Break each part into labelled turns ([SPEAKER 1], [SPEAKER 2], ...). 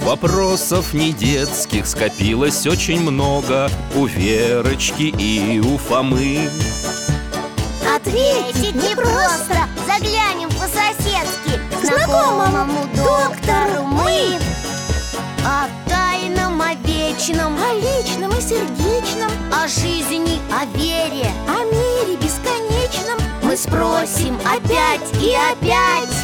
[SPEAKER 1] Вопросов не детских скопилось очень много У Верочки и у Фомы
[SPEAKER 2] Ответить непросто Заглянем по-соседски К Знакомому доктору мы О тайном, о вечном
[SPEAKER 3] О личном и сердечном,
[SPEAKER 2] О жизни, о вере
[SPEAKER 3] о мире бесконечном
[SPEAKER 2] Мы спросим опять и опять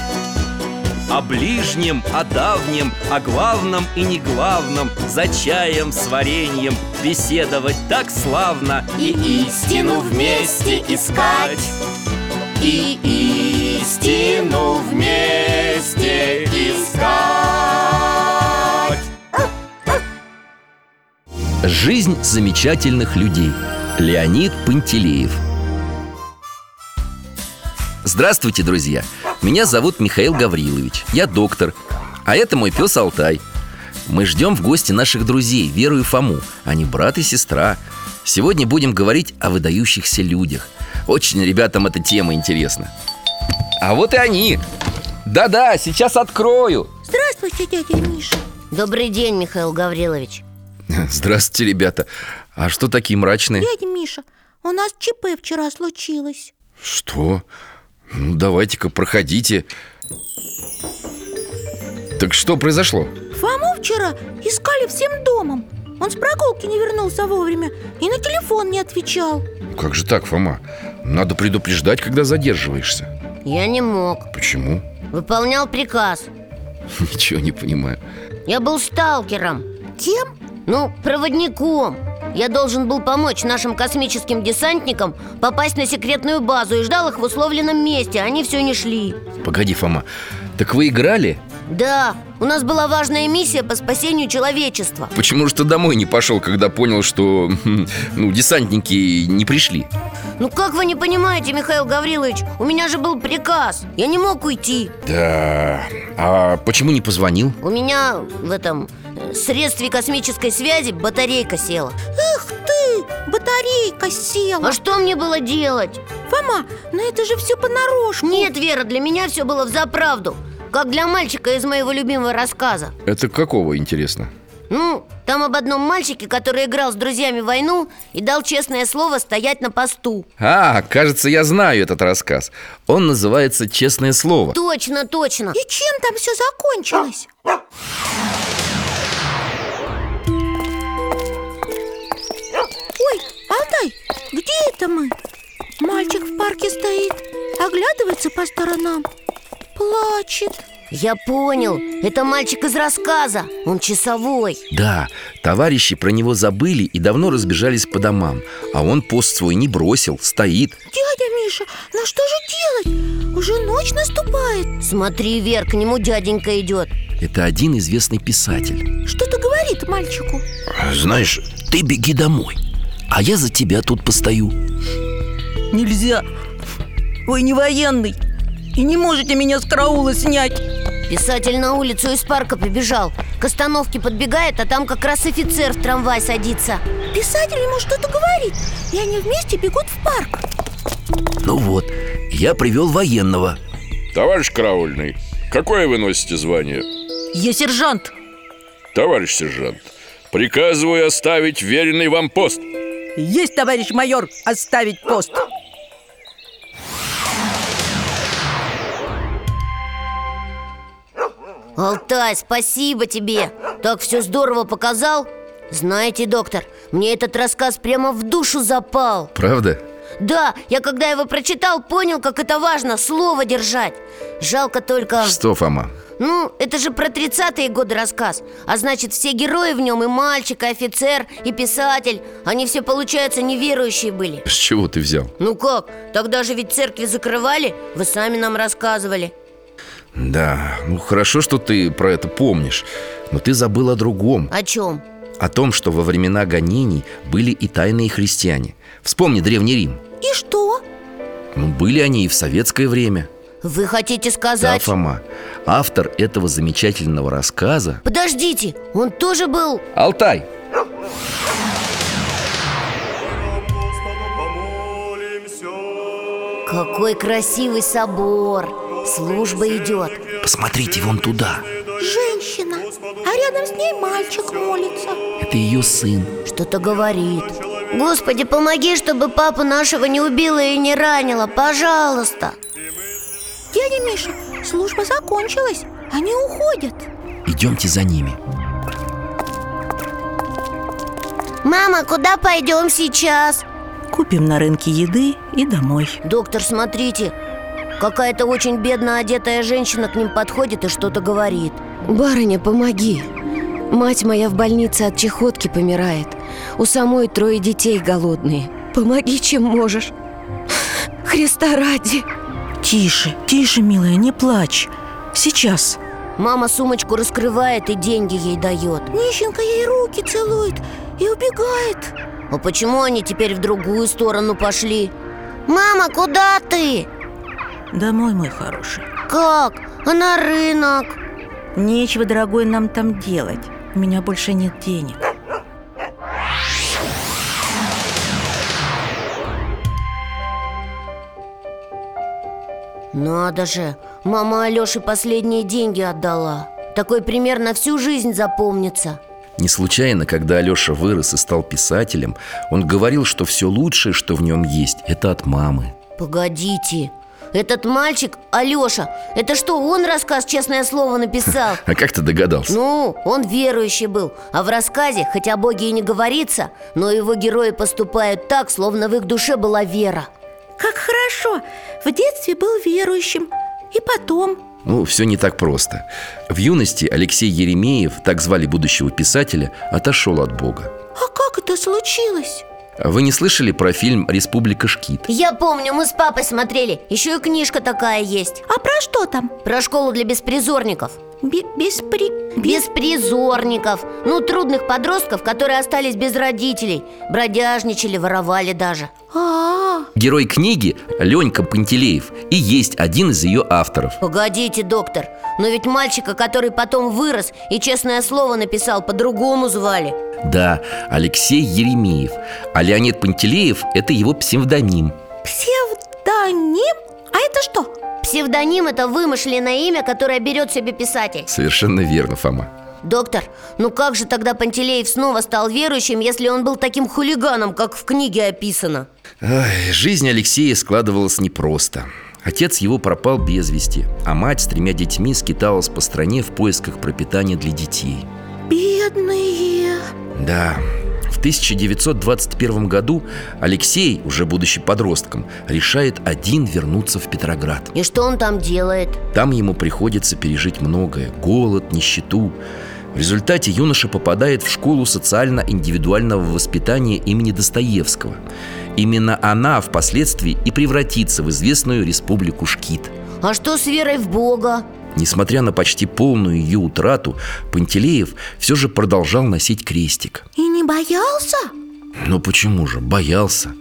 [SPEAKER 1] О ближнем, о давнем, о главном и не главном За чаем с вареньем беседовать так славно
[SPEAKER 2] И истину вместе искать.
[SPEAKER 1] И истину вместе искать Жизнь замечательных людей Леонид Пантелеев Здравствуйте, друзья! Меня зовут Михаил Гаврилович, я доктор А это мой пес Алтай Мы ждем в гости наших друзей Веру и Фому Они брат и сестра Сегодня будем говорить о выдающихся людях Очень ребятам эта тема интересна А вот и они Да-да, сейчас открою
[SPEAKER 3] Здравствуйте, дядя Миша
[SPEAKER 2] Добрый день, Михаил Гаврилович
[SPEAKER 1] Здравствуйте, ребята А что такие мрачные?
[SPEAKER 3] Дядя Миша, у нас ЧП вчера случилось
[SPEAKER 1] Что? Ну, давайте-ка, проходите Так что произошло?
[SPEAKER 3] Фому вчера искали всем домом Он с прогулки не вернулся вовремя и на телефон не отвечал
[SPEAKER 1] Ну, Как же так, Фома? Надо предупреждать, когда задерживаешься
[SPEAKER 2] Я не мог
[SPEAKER 1] Почему?
[SPEAKER 2] Выполнял приказ
[SPEAKER 1] Ничего не понимаю
[SPEAKER 2] Я был сталкером
[SPEAKER 3] Кем?
[SPEAKER 2] Ну, проводником Я должен был помочь нашим космическим десантникам Попасть на секретную базу И ждал их в условленном месте Они все не шли
[SPEAKER 1] Погоди, Фома, так вы играли?
[SPEAKER 2] Да, у нас была важная миссия по спасению человечества
[SPEAKER 1] Почему же ты домой не пошел, когда понял, что хм, ну, десантники не пришли?
[SPEAKER 2] Ну как вы не понимаете, Михаил Гаврилович У меня же был приказ Я не мог уйти
[SPEAKER 1] Да, а почему не позвонил?
[SPEAKER 2] У меня в этом э, средстве космической связи батарейка села
[SPEAKER 3] Эх ты, батарейка села
[SPEAKER 2] А что мне было делать?
[SPEAKER 3] Фома, но это же все понарошку
[SPEAKER 2] Нет, Вера, для меня все было взаправду Как для мальчика из моего любимого рассказа
[SPEAKER 1] Это какого, интересно?
[SPEAKER 2] Ну, там об одном мальчике, который играл с друзьями в войну и дал честное слово стоять на посту.
[SPEAKER 1] А, кажется, я знаю этот рассказ Он называется «Честное слово»
[SPEAKER 2] Точно, точно.
[SPEAKER 3] И чем там все закончилось? Ой, Алтай, где это мы? Мальчик в парке стоит, оглядывается по сторонам Плачет
[SPEAKER 2] Я понял, это мальчик из рассказа. Он часовой.
[SPEAKER 1] Да, товарищи про него забыли и давно разбежались по домам А он пост свой не бросил, стоит
[SPEAKER 3] Дядя Миша, ну что же делать? Уже ночь наступает
[SPEAKER 2] Смотри, Вер, к нему дяденька идет.
[SPEAKER 1] Это один известный писатель
[SPEAKER 3] Что-то говорит мальчику
[SPEAKER 1] Знаешь, ты беги домой, а я за тебя тут постою
[SPEAKER 4] Нельзя Вы не военный И не можете меня с караула снять
[SPEAKER 2] Писатель на улицу из парка побежал. К остановке подбегает, а там как раз офицер в трамвай садится.
[SPEAKER 3] Писатель ему что-то говорит И они вместе бегут в парк
[SPEAKER 1] Ну вот, я привел военного
[SPEAKER 5] Товарищ караульный, какое вы носите звание?
[SPEAKER 4] Я сержант
[SPEAKER 5] Товарищ сержант, приказываю оставить веренный вам пост
[SPEAKER 4] Есть, товарищ майор, оставить пост
[SPEAKER 2] Алтай, спасибо тебе Так все здорово показал Знаете, доктор, мне этот рассказ прямо в душу запал
[SPEAKER 1] Правда?
[SPEAKER 2] Да, я когда его прочитал, понял, как это важно Слово держать Жалко только...
[SPEAKER 1] Что, Фома?
[SPEAKER 2] Ну, это же про 30-е годы рассказ А значит, все герои в нем И мальчик, и офицер, и писатель Они все, получается, неверующие были
[SPEAKER 1] С чего ты взял?
[SPEAKER 2] Ну как? Тогда же ведь церкви закрывали Вы сами нам рассказывали
[SPEAKER 1] Да, ну хорошо, что ты про это помнишь Но ты забыл о другом
[SPEAKER 2] О чем?
[SPEAKER 1] О том, что во времена гонений были и тайные христиане Вспомни Древний Рим
[SPEAKER 3] И что?
[SPEAKER 1] Ну, были они и в советское время
[SPEAKER 2] Вы хотите
[SPEAKER 1] Да,
[SPEAKER 2] сказать...
[SPEAKER 1] Фома, автор этого замечательного рассказа
[SPEAKER 2] Подождите, он тоже был...
[SPEAKER 1] Алтай
[SPEAKER 2] Какой красивый собор! Служба идет.
[SPEAKER 1] Посмотрите вон туда
[SPEAKER 3] Женщина А рядом с ней мальчик молится
[SPEAKER 1] Это ее сын.
[SPEAKER 2] Что-то говорит Господи, помоги, чтобы папу нашего не убила и не ранила, пожалуйста
[SPEAKER 3] Дядя Миша, служба закончилась Они уходят
[SPEAKER 1] Идемте за ними.
[SPEAKER 2] Мама, куда пойдем сейчас?
[SPEAKER 4] Купим на рынке еды и домой
[SPEAKER 2] Доктор, смотрите, какая-то очень бедно одетая женщина к ним подходит и что-то говорит
[SPEAKER 6] Барыня, помоги Мать моя в больнице от чехотки помирает У самой трое детей голодные Помоги, чем можешь Христа ради
[SPEAKER 4] Тише, тише, милая, не плачь Сейчас
[SPEAKER 2] Мама сумочку раскрывает и деньги ей дает
[SPEAKER 3] Нищенка ей руки целует и убегает
[SPEAKER 2] А почему они теперь в другую сторону пошли? Мама, куда ты?
[SPEAKER 4] Домой, мой хороший
[SPEAKER 2] Как? А на рынок?
[SPEAKER 4] Нечего, дорогой, нам там делать У меня больше нет денег
[SPEAKER 2] Надо же, мама Алёше последние деньги отдала Такой пример на всю жизнь запомнится
[SPEAKER 1] Не случайно, когда Алеша вырос и стал писателем, он говорил, что все лучшее, что в нем есть, это от мамы.
[SPEAKER 2] Погодите, этот мальчик, Алёша, это что, он рассказ «Честное слово» написал?
[SPEAKER 1] А как ты догадался?
[SPEAKER 2] Ну, он верующий был А в рассказе, хотя о Боге и не говорится Но его герои поступают так, словно в их душе была вера
[SPEAKER 3] Как хорошо, в детстве был верующим И потом
[SPEAKER 1] Ну, все не так просто. В юности Алексей Еремеев, так звали будущего писателя, отошел от Бога.
[SPEAKER 3] А как это случилось?
[SPEAKER 1] А Вы не слышали про фильм «Республика Шкит»?
[SPEAKER 2] Я помню, мы с папой смотрели Еще и книжка такая есть
[SPEAKER 3] А про что там?
[SPEAKER 2] Про школу для беспризорников
[SPEAKER 3] Бе- беспри...
[SPEAKER 2] Беспризорников Ну, трудных подростков, которые остались без родителей Бродяжничали, воровали даже
[SPEAKER 3] А,
[SPEAKER 1] Герой книги Ленька Пантелеев и есть один из ее авторов.
[SPEAKER 2] Погодите, доктор Но ведь мальчика, который потом вырос И честное слово написал, по-другому звали
[SPEAKER 1] Да, Алексей Еремеев. А Леонид Пантелеев – это его псевдоним.
[SPEAKER 3] псевдоним? А это что?
[SPEAKER 2] Псевдоним – это вымышленное имя, которое берет себе писатель
[SPEAKER 1] Совершенно верно, Фома.
[SPEAKER 2] Доктор, ну как же тогда Пантелеев снова стал верующим, если он был таким хулиганом, как в книге описано?
[SPEAKER 1] Ай, жизнь Алексея складывалась непросто. Отец его пропал без вести, а мать с тремя детьми скиталась по стране в поисках пропитания для детей.
[SPEAKER 3] Бедные
[SPEAKER 1] Да, в 1921 году Алексей, уже будучи подростком, решает один вернуться в Петроград.
[SPEAKER 2] И что он там делает?
[SPEAKER 1] Там ему приходится пережить многое – голод, нищету. В результате юноша попадает в школу социально-индивидуального воспитания имени Достоевского. Именно она впоследствии и превратится в известную республику Шкит.
[SPEAKER 2] А что с верой в Бога?
[SPEAKER 1] Несмотря на почти полную ее утрату, Пантелеев все же продолжал носить крестик.
[SPEAKER 3] И не боялся?
[SPEAKER 1] Но почему же? Боялся.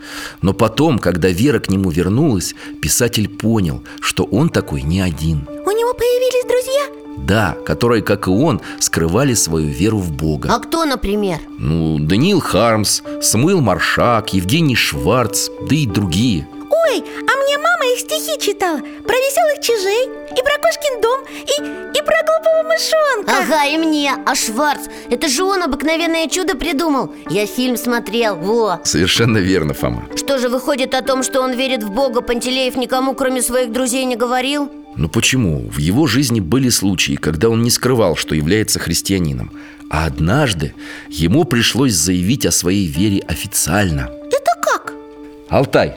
[SPEAKER 1] Но потом, когда Вера к нему вернулась, писатель понял, что он такой не один –
[SPEAKER 3] У него появились друзья?
[SPEAKER 1] Да, которые, как и он, скрывали свою веру в Бога
[SPEAKER 2] А кто, например?
[SPEAKER 1] Ну, Даниил Хармс, Самуил Маршак, Евгений Шварц, да и другие
[SPEAKER 3] Ой, а мне мама их стихи читала Про веселых чижей и про кошкин дом И, и про глупого мышонка
[SPEAKER 2] Ага, и мне, а Шварц Это же он обыкновенное чудо придумал Я фильм смотрел, во
[SPEAKER 1] Совершенно верно, Фома
[SPEAKER 2] Что же выходит о том, что он верит в Бога, Пантелеев никому, кроме своих друзей, не говорил?
[SPEAKER 1] Но почему? В его жизни были случаи, когда он не скрывал, что является христианином А однажды ему пришлось заявить о своей вере официально
[SPEAKER 3] Это как?
[SPEAKER 1] Алтай,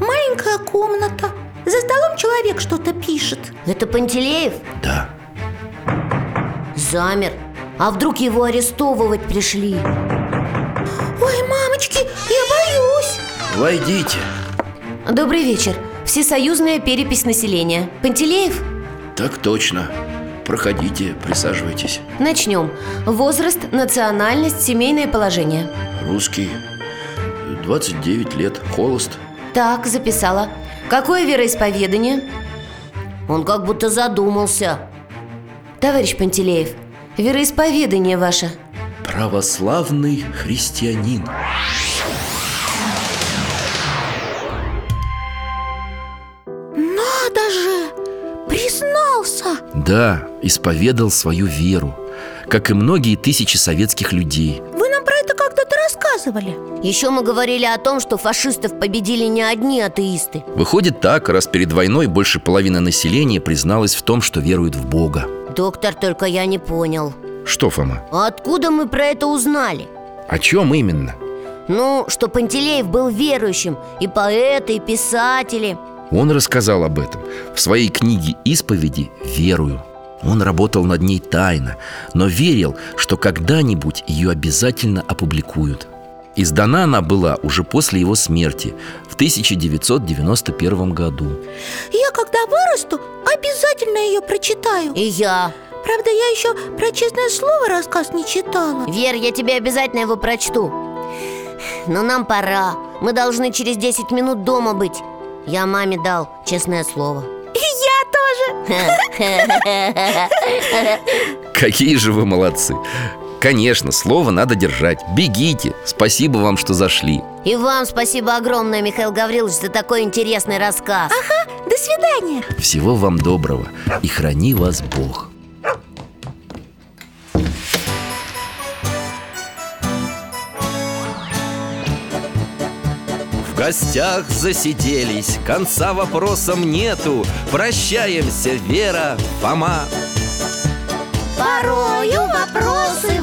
[SPEAKER 3] Маленькая комната За столом человек что-то пишет
[SPEAKER 2] Это Пантелеев?
[SPEAKER 1] да,
[SPEAKER 2] Замер А вдруг его арестовывать пришли?
[SPEAKER 3] Ой, мамочки, я боюсь
[SPEAKER 1] войдите
[SPEAKER 6] Добрый вечер Всесоюзная перепись населения Пантелеев?
[SPEAKER 1] Так точно Проходите, присаживайтесь
[SPEAKER 6] Начнем Возраст, национальность, семейное положение
[SPEAKER 1] Русский, 29 лет, холост
[SPEAKER 6] Так, записала Какое вероисповедание?
[SPEAKER 2] Он как будто задумался
[SPEAKER 6] Товарищ Пантелеев, вероисповедание ваше
[SPEAKER 1] Православный христианин Да, исповедал свою веру, как и многие тысячи советских людей.
[SPEAKER 3] Вы нам про это когда-то рассказывали
[SPEAKER 2] Еще мы говорили о том, что фашистов победили не одни атеисты
[SPEAKER 1] Выходит так, раз перед войной больше половины населения призналось в том, что верует в Бога.
[SPEAKER 2] Доктор, только я не понял
[SPEAKER 1] Что, Фома?
[SPEAKER 2] А откуда мы про это узнали?
[SPEAKER 1] О чем именно?
[SPEAKER 2] Ну, что Пантелеев был верующим И поэты, и писатели
[SPEAKER 1] Он рассказал об этом в своей книге «Исповеди. Верую». Он работал над ней тайно, но верил, что когда-нибудь ее обязательно опубликуют. Издана она была уже после его смерти в 1991 году.
[SPEAKER 3] Я когда вырасту, обязательно ее прочитаю
[SPEAKER 2] И я
[SPEAKER 3] Правда, я еще про честное слово рассказ не читала
[SPEAKER 2] Вер, я тебе обязательно его прочту Но нам пора Мы должны через 10 минут дома быть Я маме дал, честное слово
[SPEAKER 3] Я тоже
[SPEAKER 1] Какие же вы молодцы! Конечно, слово надо держать. Бегите! Спасибо вам, что зашли.
[SPEAKER 2] И вам спасибо огромное, Михаил Гаврилович, за такой интересный рассказ
[SPEAKER 3] До свидания
[SPEAKER 1] Всего вам доброго и храни вас Бог. В гостях засиделись, конца вопросам нету. Прощаемся, Вера, Фома.
[SPEAKER 2] Порою вопросы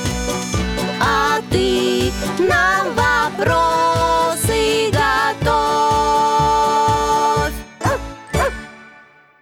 [SPEAKER 2] А ты нам вопросы готовь